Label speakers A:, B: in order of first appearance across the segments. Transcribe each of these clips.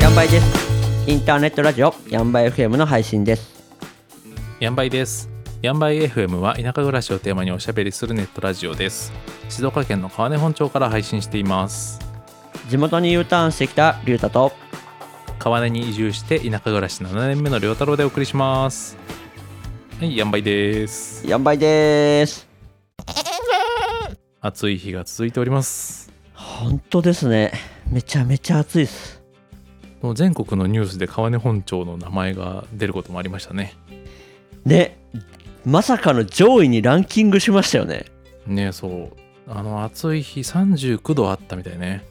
A: ヤンバイです。インターネットラジオヤンバイ FM の配信です。
B: ヤンバイです。ヤンバイ FM は田舎暮らしをテーマにおしゃべりするネットラジオです。静岡県の川根本町から配信しています。
A: 地元に U ターンしてきたリュウタと
B: 川根に移住して田舎暮らし7年目の良太郎でお送りします。はい、ヤンバイです。
A: ヤンバイです。
B: 暑い日が続いております。
A: 本当ですね。めちゃめちゃ暑いです。
B: もう全国のニュースで川根本町の名前が出ることもありましたね。
A: で、まさかの上位にランキングしましたよね。
B: ねえそう。あの暑い日39度あったみたいね。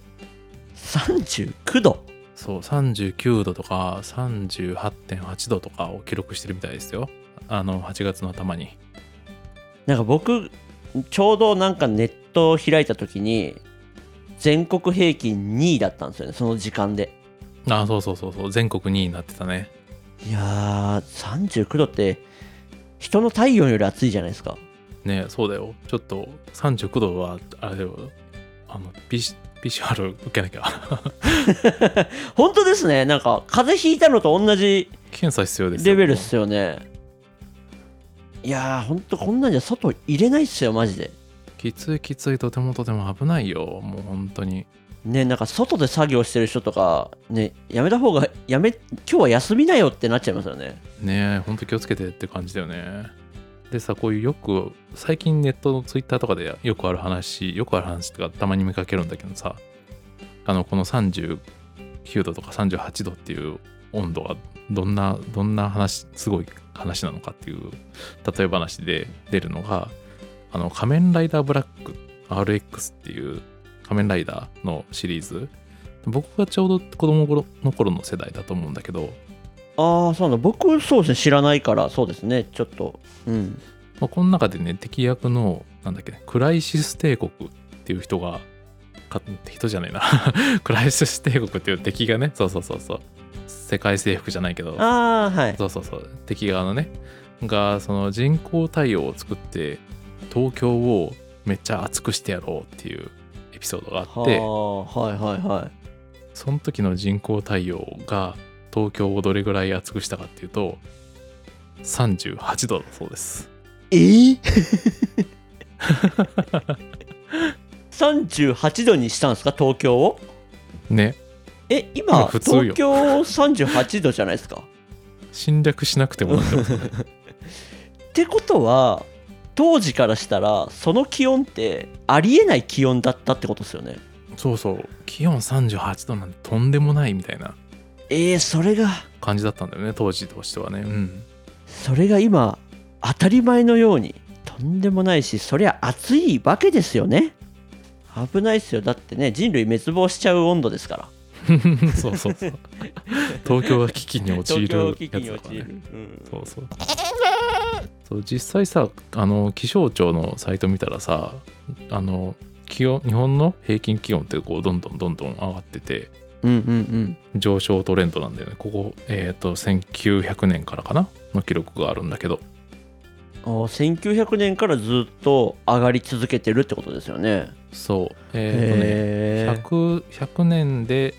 A: 39度
B: そう39度とか38.8度とかを記録してるみたいですよあの8月の頭に
A: なんか僕、ちょうどなんかネットを開いた時に、全国平均2位だったんですよね、その時間で。
B: あそうそうそうそう全国2位になってたね
A: いやー、39度って、人の体温より暑いじゃないですか。
B: ねそうだよちょっと39度はあれだよあの PC PCR 受けなきゃ
A: 本当ですねなんか風邪ひいたのと同じ
B: 検査必要です
A: レ
B: よ
A: ベルっすよねいやーほんとこんなんじゃ外入れないっすよマジで
B: きついきついとてもとても危ないよもう本当に
A: ねなんか外で作業してる人とかねやめた方がやめ今日は休みなよってなっちゃいますよね
B: ねえほんと気をつけてって感じだよねでさこういうよく最近ネットのツイッターとかでよくある話よくある話とかたまに見かけるんだけどさあのこの39度とか38度っていう温度がどんなどんな話すごい話なのかっていう例え話で出るのがあの仮面ライダーブラック RX っていう仮面ライダーのシリーズ僕がちょうど子供の頃の世代だと思うんだけど
A: ああそうなんだ僕そうですね知らないからそうですねちょっとうん
B: まあ、この中でね敵役のなんだっけクライシス帝国っていう人がか人じゃない なクライシス帝国っていう敵がねそうそうそうそう世界征服じゃないけど
A: ああはい
B: そうそうそう敵側のねがその人工太陽を作って東京をめっちゃ熱くしてやろうっていうエピソードがあって
A: はあはいはいはい
B: その時の人工太陽が東京をどれぐらい熱くしたかっていうと38度だそうです
A: えー、38度にしたんですか東京を
B: ね
A: え
B: 今
A: 今
B: 普通よ
A: 東京38度じゃないですか
B: 侵略しなくてもなんでも
A: ってことは当時からしたらその気温ってありえない気温だったってことですよね
B: そうそう気温38度なんてとんでもないみたいな
A: えー、それが
B: 感じだったんだよね当時としてはねうん
A: それが今当たり前のようにとんでもないしそりゃ暑いわけですよね危ないですよだってね人類滅亡しちゃう温度ですから
B: そうそうそう東京は危機に
A: 東
B: 陥る
A: 京
B: や
A: 危
B: つ
A: 機に
B: だから
A: 陥る、
B: ね
A: うん
B: そうそうそう実際さあの気象庁のサイト見たらさあの気温日本の平均気温ってこうどんどんどんどん上がってて
A: うんうんうん
B: 上昇トレンドなんだよねここ、えっと1900年からかなの記録があるんだけど
A: あー1900年からずっと上がり続けてるってことですよね
B: そうえっ、とね
A: へー
B: 100, 100年で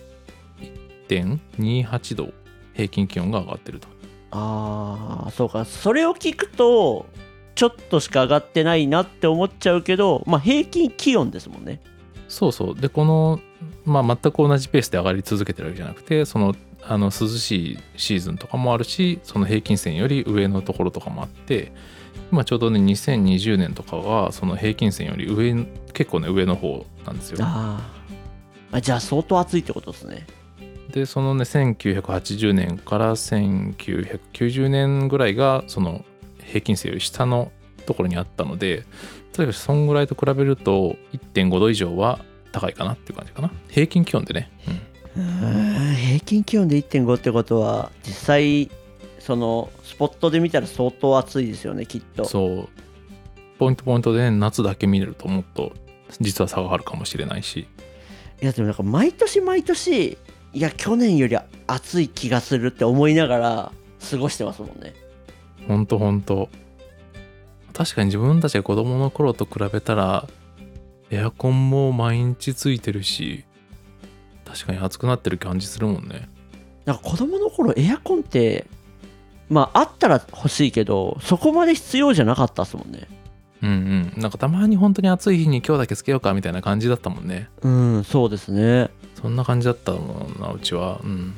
B: 1.28度平均気温が上がってると
A: ああそうかそれを聞くとちょっとしか上がってないなって思っちゃうけどまあ平均気温ですもんね
B: そうそうでこの、まあ、全く同じペースで上がり続けてるわけじゃなくてそのあの涼しいシーズンとかもあるしその平均線より上のところとかもあって今ちょうどね2020年とかはその平均線より上結構ね上の方なんですよ
A: あーあじゃあ相当暑いってことですね
B: でそのね1980年から1990年ぐらいがその平均線より下のところにあったので例えばそんぐらいと比べると1.5度以上は高いかなっていう感じかな平均気温でね、うん
A: うーん平均気温で1.5ってことは実際そのスポットで見たら相当暑いですよねきっと
B: そうポイントポイントでね、夏だけ見れるともっと実は差があるかもしれないし
A: いやでもなんか毎年毎年いや去年より暑い気がするって思いながら過ごしてますもんね
B: ほんとほんと確かに自分たちが子供の頃と比べたらエアコンも毎日ついてるし確かに暑くなってる感じするもんね
A: なんか子供の頃エアコンってまああったら欲しいけどそこまで必要じゃなかったっすもんね
B: うんうんなんかたまに本当に暑い日に今日だけつけようかみたいな感じだったもんね
A: うんそうですね
B: そんな感じだったもんなうちはうん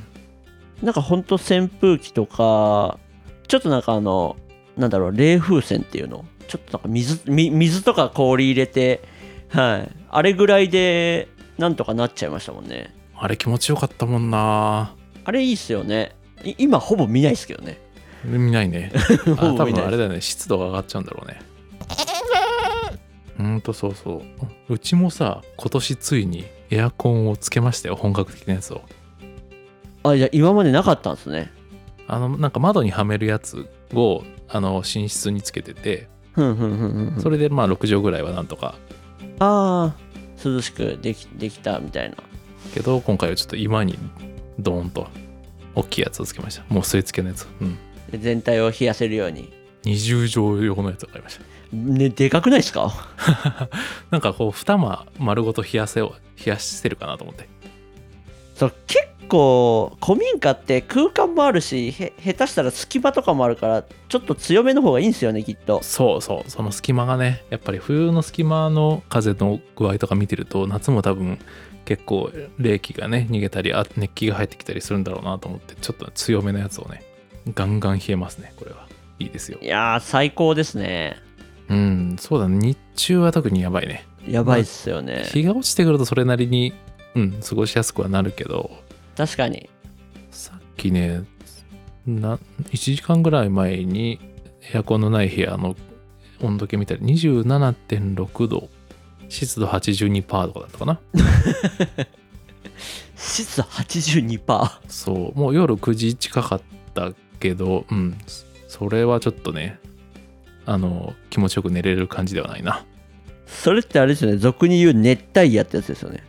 A: なんかほんと扇風機とかちょっとなんかあのなんだろう冷風船っていうのちょっとなんか水み水とか氷入れてはいあれぐらいでなんとかなっちゃいましたもんね
B: あれ気持ちよかったもんな
A: あれいいっすよねい今ほぼ見ないっすけどね
B: 見ない ねあ
A: もう見ない
B: 多分あれだよね湿度が上がっちゃうんだろうねうんとそうそううちもさ今年ついにエアコンをつけましたよ本格的なやつを
A: あじゃあ今までなかったんですね
B: あのなんか窓にはめるやつをあの寝室につけてて
A: ふんふんふんふんふん
B: それでまあ6畳ぐらいはなんとか
A: ああ涼しくできできたみたいな
B: けど今回はちょっと今にドーンと大きいやつをつけましたもう据え付けのやつうん
A: で全体を冷やせるように、
B: 20畳用のやつを買いました
A: ね、でかくないですか
B: なんかこう二間丸ごと冷やせを冷やしてるかなと思って
A: そう結構古民家って空間もあるしへ下手したら隙間とかもあるからちょっと強めの方がいいんですよねきっと
B: そうそうその隙間がねやっぱり冬の隙間の風の具合とか見てると夏も多分結構冷気がね逃げたりあ熱気が入ってきたりするんだろうなと思ってちょっと強めのやつをねガンガン冷えますねこれはいいですよ
A: いやー最高ですね
B: うんそうだね日中は特にやばいね
A: やばいっすよね、
B: 日が落ちてくるとそれなりにうん過ごしやすくはなるけど
A: 確かに
B: さっきねな1時間ぐらい前にエアコンのない部屋の温度計見たら27.6度湿度82%とかだったかな
A: 湿度82%
B: そうもう夜9時近かったけどうんそれはちょっとねあの気持ちよく寝れる感じではないな
A: それってあれですよね俗に言う熱帯夜ってやつですよね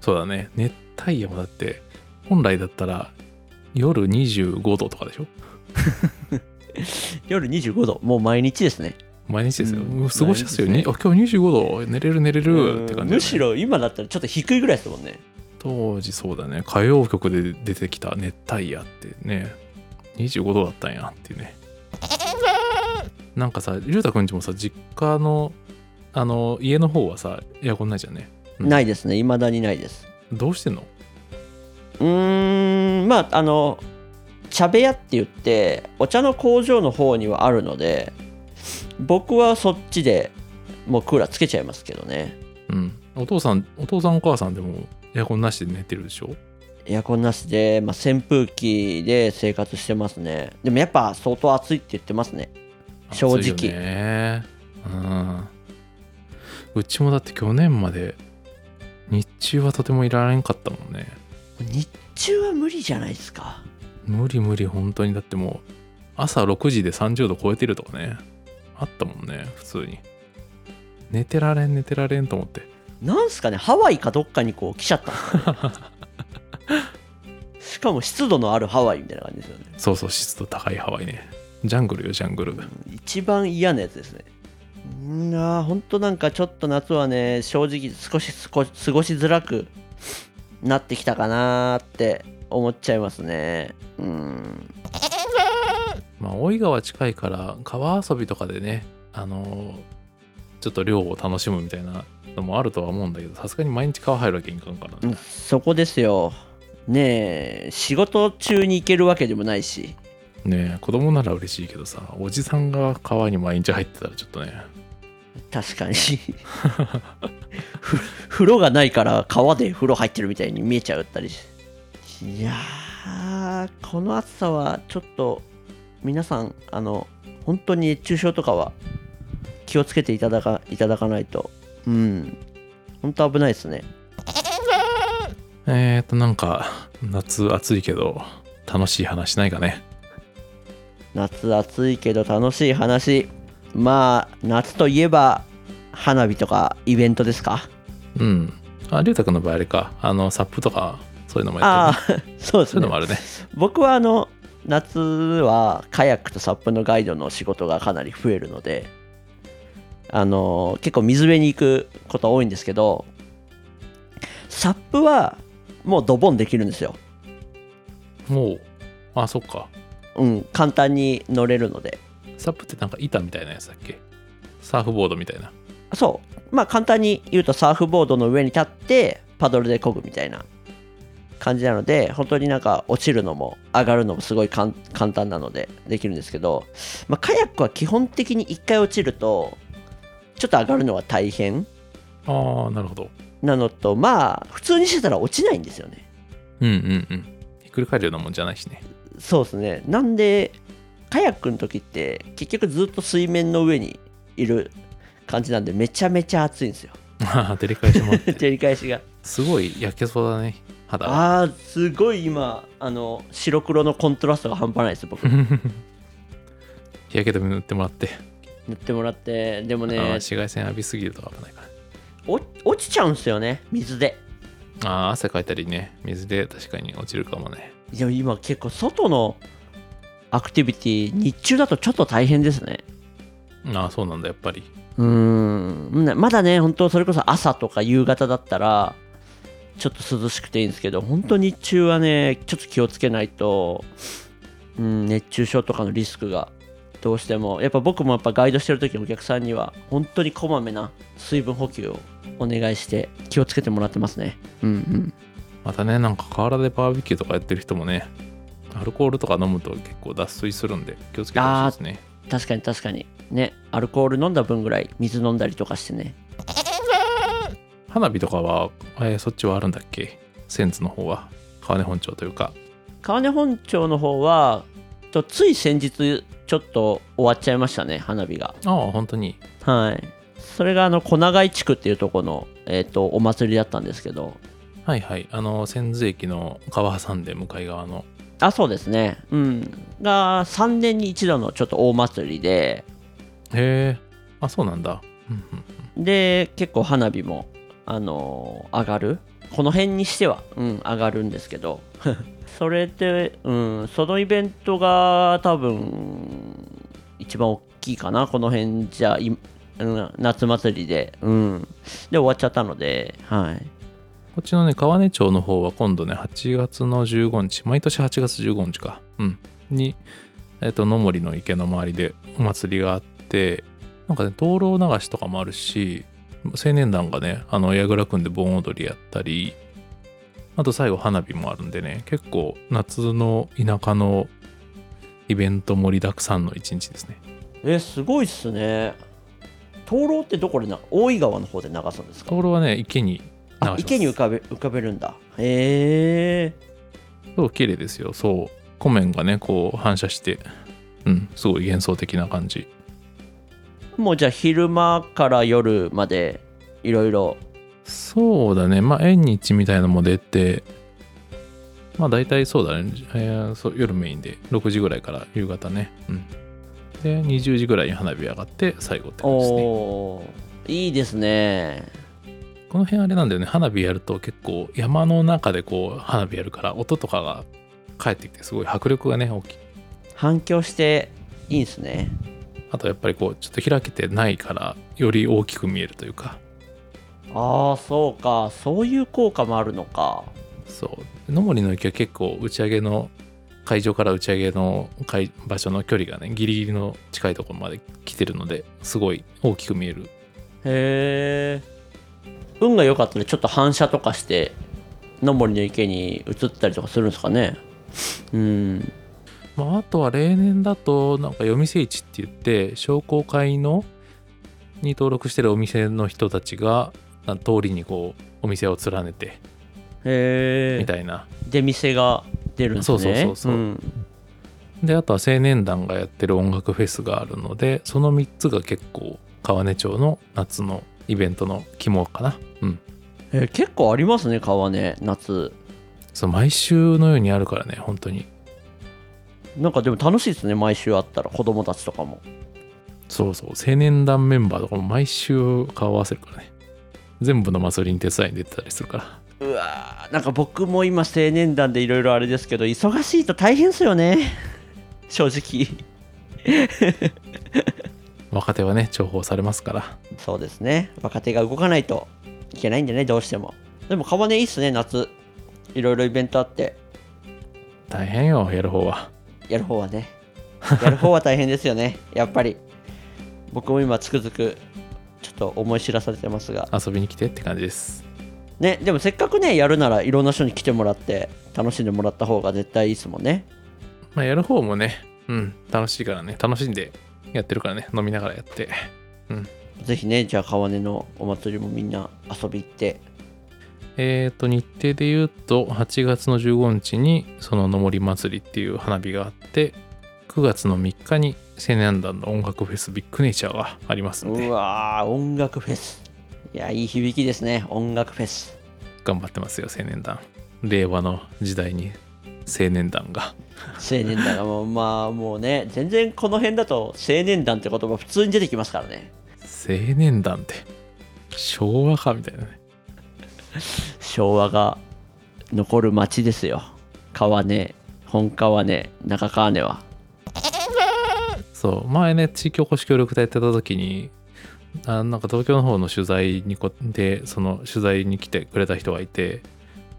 B: そうだね熱帯夜もだって本来だったら夜25度とかでしょ
A: 夜25度もう毎日ですね
B: 毎日ですよ、
A: うん
B: うん過ごしやすいよね
A: 毎日
B: あ今日25度寝れる寝れるって感じだよね、
A: むしろ今だったらちょっと低いぐらいですもんね
B: 当時そうだね歌謡曲で出てきた熱帯夜ってね25度だったんやってい うねなんかさ龍太くんちもさ実家のあの家の方はさエアコンないじゃんねうん
A: ないですね未だにないです
B: どうしてんの
A: うーんまああの茶部屋って言ってお茶の工場の方にはあるので僕はそっちでもうクーラーつけちゃいますけどね
B: うんお父さんお父さんお母さんでもエアコンなしで寝てるでしょ
A: エアコンなしで、まあ、扇風機で生活してますねでもやっぱ相当暑いって言ってますね正直
B: 暑いよねうんうちもだって去年まで日中はとてもいられんかったもんね
A: 日中は無理じゃないですか
B: 無理無理本当にだってもう朝6時で30度超えてるとかねあったもんね普通に寝てられん寝てられんと思って
A: なんすかねハワイかどっかにこう来ちゃったんですかねしかも湿度のあるハワイみたいな感じですよね
B: そうそう湿度高いハワイねジャングルよジャングル
A: 一番嫌なやつですねうんあーほんとなんかちょっと夏はね正直少しすこ過ごしづらくなってきたかなーって思っちゃいますねうん
B: まあ大井川近いから川遊びとかでねあのーちょっと漁を楽しむみたいなのもあるとは思うんだけどさすがに毎日川入るわけにいかんからね
A: そこですよねえ仕事中に行けるわけでもないし
B: ねえ子供なら嬉しいけどさおじさんが川に毎日入ってたらちょっとね
A: 確かにふ風呂がないから川で風呂入ってるみたいに見えちゃうったりしいやーこの暑さはちょっと皆さんあの本当に熱中症とかは気をつけていただかいただかないとうん本当危ないですね
B: えーとなんか夏暑いけど楽しい話ないかね
A: 夏暑いけど楽しい話まあ夏といえば花火とかイベントですか
B: うん。あ、りゅうたくんの場合あれか。あの、サップとか、そういうのもやっ
A: あ
B: てる、ね。
A: あそうです
B: そ
A: ね
B: ういうのもあるね。
A: 僕はあの夏はカヤックとサップのガイドの仕事がかなり増えるのであの結構水辺に行くこと多いんですけどサップはもうドボンできるんですよ、
B: もうあそっか
A: うん、簡単に乗れるので
B: サップってなんか板みたいなやつだっけサーフボードみたいな
A: そうまあ簡単に言うとサーフボードの上に立ってパドルで漕ぐみたいな感じなので本当になんか落ちるのも上がるのもすごいかん簡単なのでできるんですけど、まあ、カヤックは基本的に1回落ちるとちょっと上がるのは大変
B: ああなるほど
A: なのとまあ普通にしてたら落ちないんですよね
B: うんうんうんひっくり返るようなもんじゃないしね
A: そうですねなんでカヤックの時って結局ずっと水面の上にいる感じなんでめちゃめちゃ暑いんですよ
B: ああ照り返しもあって
A: 照り返しが
B: すごい焼けそうだね肌は
A: あーすごい今あの白黒のコントラストが半端ないです僕塗
B: 日焼け止め塗ってもらって、
A: ってもらってでも
B: あー
A: ね
B: 紫外線浴びすぎると危ないから
A: お落ちちゃうんですよね水で
B: ああ汗かいたりね水で確かに落ちるかもね
A: いや今結構外のアクティビティ日中だとちょっと大変ですね
B: ああそうなんだやっぱり
A: うーんなまだね本当それこそ朝とか夕方だったらちょっと涼しくていいんですけど本当日中はねちょっと気をつけないと、うん、熱中症とかのリスクがどうしてもやっぱ僕もやっぱガイドしてる時のお客さんには本当にこまめな水分補給をお願いして気をつけてもらってますねうん
B: またねなんか河原でバーベキューとかやってる人もねアルコールとか飲むと結構脱水するんで気をつけてほしいですね
A: うん確かに確かにねアルコール飲んだ分ぐらい水飲んだりとかしてね
B: 花火とかは、えーそっちはあるんだっけセンツの方は川根本町というか
A: 川根本町の方はとつい先日ちょっと終わっちゃいましたね花火が
B: ああ本当に
A: はいそれがあの小長井地区っていうとこの、えー、とお祭りだったんですけど
B: はいはいあの千頭駅の川挟んで向かい側の
A: あそうですねうんが3年に一度のちょっと大祭りで
B: へえあそうなんだうんうん
A: で結構花火もあのー上がるこの辺にしては、うん、上がるんですけど それで、うん、そのイベントが多分一番大きいかなこの辺じゃい、うん、夏祭りで、うん、で終わっちゃったので、はい、
B: こっちのね、川根町の方は今度ね、8月の15日、毎年8月15日か、うん、に、えっ、と、野森の池の周りでお祭りがあって、なんかね、灯籠流しとかもあるし、青年団がね、あの、矢倉組んで盆踊りやったり、あと最後花火もあるんでね、結構夏の田舎のイベント盛りだくさんの一日ですね。
A: えすごいっすね灯籠ってどこでな大井川の方で流すんですか
B: 灯籠はね、池に流し
A: あ
B: ます。
A: 池に浮かべ浮かべるんだへえ
B: そう、綺麗ですよ。そう。湖面がね、こう反射して、うん、すごい幻想的な感じ。
A: もうじゃあ昼間から夜までいろいろ
B: そうだね。まあ、縁日みたいのも出て、まあ、大体そうだね、えーそう。夜メインで、6時ぐらいから夕方ね。うん。で、20時ぐらいに花火上がって、最後って感じですね。
A: おーいいですね
B: この辺あれなんだよね。花火やると結構山の中でこう花火やるから音とかが返ってきてすごい迫力がね大きい。
A: 反響していいんすね
B: あとやっぱりこうちょっと開けてないからより大きく見えるというか。
A: ああそうかそういう効果もあるのか
B: そう野森の池は結構打ち上げの会場から打ち上げの会場所の距離がねギリギリの近いところまで来てるのですごい大きく見える
A: へえ運が良かったらちょっと反射とかしてのぼりの池に移ったりとかするんですかねうん
B: まあ、あとは例年だとなんか夜店市って言って商工会のに登録してるお店の人たちがあ通りにこうお店を連ねて
A: へ
B: みたいな
A: え出店が出るんですね
B: そうそうそうそうんであとは青年団がやってる音楽フェスがあるのでその3つが結構川根町の夏のイベントの肝かなうん
A: えー結構ありますね川ね夏
B: そう毎週のようにあるからね本当に
A: なんかでも楽しいですね毎週あったら子供たちとかも
B: そうそう青年団メンバーとかも毎週顔合わせるからね全部の祭りに手伝いに出てたりするから
A: うわーなんか僕も今青年団でいろいろあれですけど忙 しいと大変ですよね正直
B: 若手はね、重宝されますから。
A: そうですね。若手が動かないといけないんでね、どうしても。でも、川根いいっすね、夏。いろいろイベントあって、
B: 大変よ、やる方は。
A: やる方はね。やる方は大変ですよね、 やっぱり。僕も今、つくづく、ちょっと思い知らされてますが。
B: 遊びに来てって感じです。
A: ね、でもせっかくね、やるならいろんな人に来てもらって、楽しんでもらった方が絶対いいですもんね。
B: まあ、やる方もね、うん、楽しいからね、楽しんでやってるからね、飲みながらやって。
A: ぜひね、じゃあ、川根のお祭りもみんな遊び行って。
B: えっ、と、日程で言うと、8月の15日に、そののもり祭りっていう花火があって、9月の3日に青年団の音楽フェスビッグネイチャーがありますんで
A: う、わー、音楽フェス。いや、いい響きですね、音楽フェス。
B: 頑張ってますよ、青年団。令和の時代に青年団が。
A: 青年団がもう、まあ、もうね、全然この辺だと青年団って言葉普通に出てきますからね。
B: 青年団って、昭和かみたいなね。
A: 昭和が残る街ですよ。川根、本川根、中川根は。
B: そう前ね地域おこし協力隊やってた時にあなんか東京の方の取材にこでその取材に来てくれた人がいて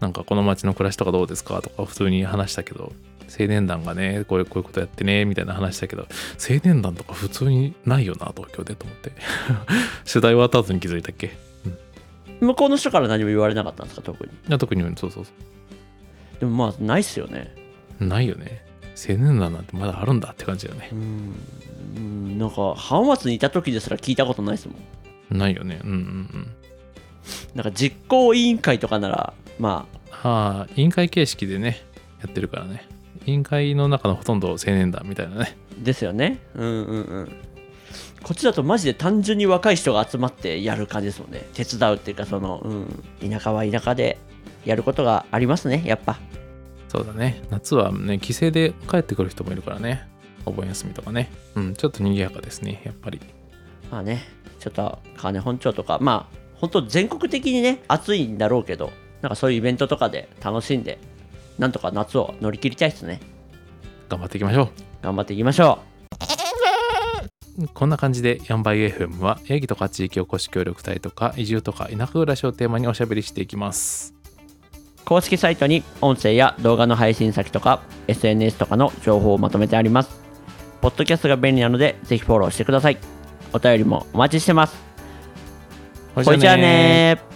B: なんかこの町の暮らしとかどうですかとか普通に話したけど青年団がねこういうこういうことやってねみたいな話したけど青年団とか普通にないよな東京でと思って 取材終わった後に気づいたっけい
A: 向こうの人から何も言われなかったんですか、特に。
B: や特にそうそうそ
A: でもまあ、ないっすよね。
B: うないよね青年団なんてまだあるんだって感じだよね
A: うんうんなんか浜松にいた時ですら聞いたことないですもん
B: ないよねうんうんうん
A: なんか実行委員会とかならまあ
B: はあ、委員会形式でね、やってるからね。委員会の中のほとんど青年団みたいなね。
A: ですよねうんうんうんこっちだとマジで単純に若い人が集まってやる感じですもんね手伝うっていうかその、うん、田舎は田舎でやることがありますねやっぱ
B: そうだね。夏はね、帰省で帰ってくる人もいるからね。お盆休みとかね。うん、ちょっと賑やかですね、やっぱり。
A: まあねちょっと川根本町とかまあ本当全国的にね暑いんだろうけどなんかそういうイベントとかで楽しんでなんとか夏を乗り切りたいですね
B: 頑張っていきましょ
A: 頑張っていきましょ
B: う。こんな感じで、ヤンバイ FM は、ヤギとか地域おこし協力隊とか、移住とか、田舎暮らしをテーマにおしゃべりしていきます。
A: う公式サイトに音声や動画の配信先とか SNS とかの情報をまとめてありますポッドキャストが便利なのでぜひフォローしてくださいお便りもお待ちしてます
B: ほ
A: ほいじゃあねー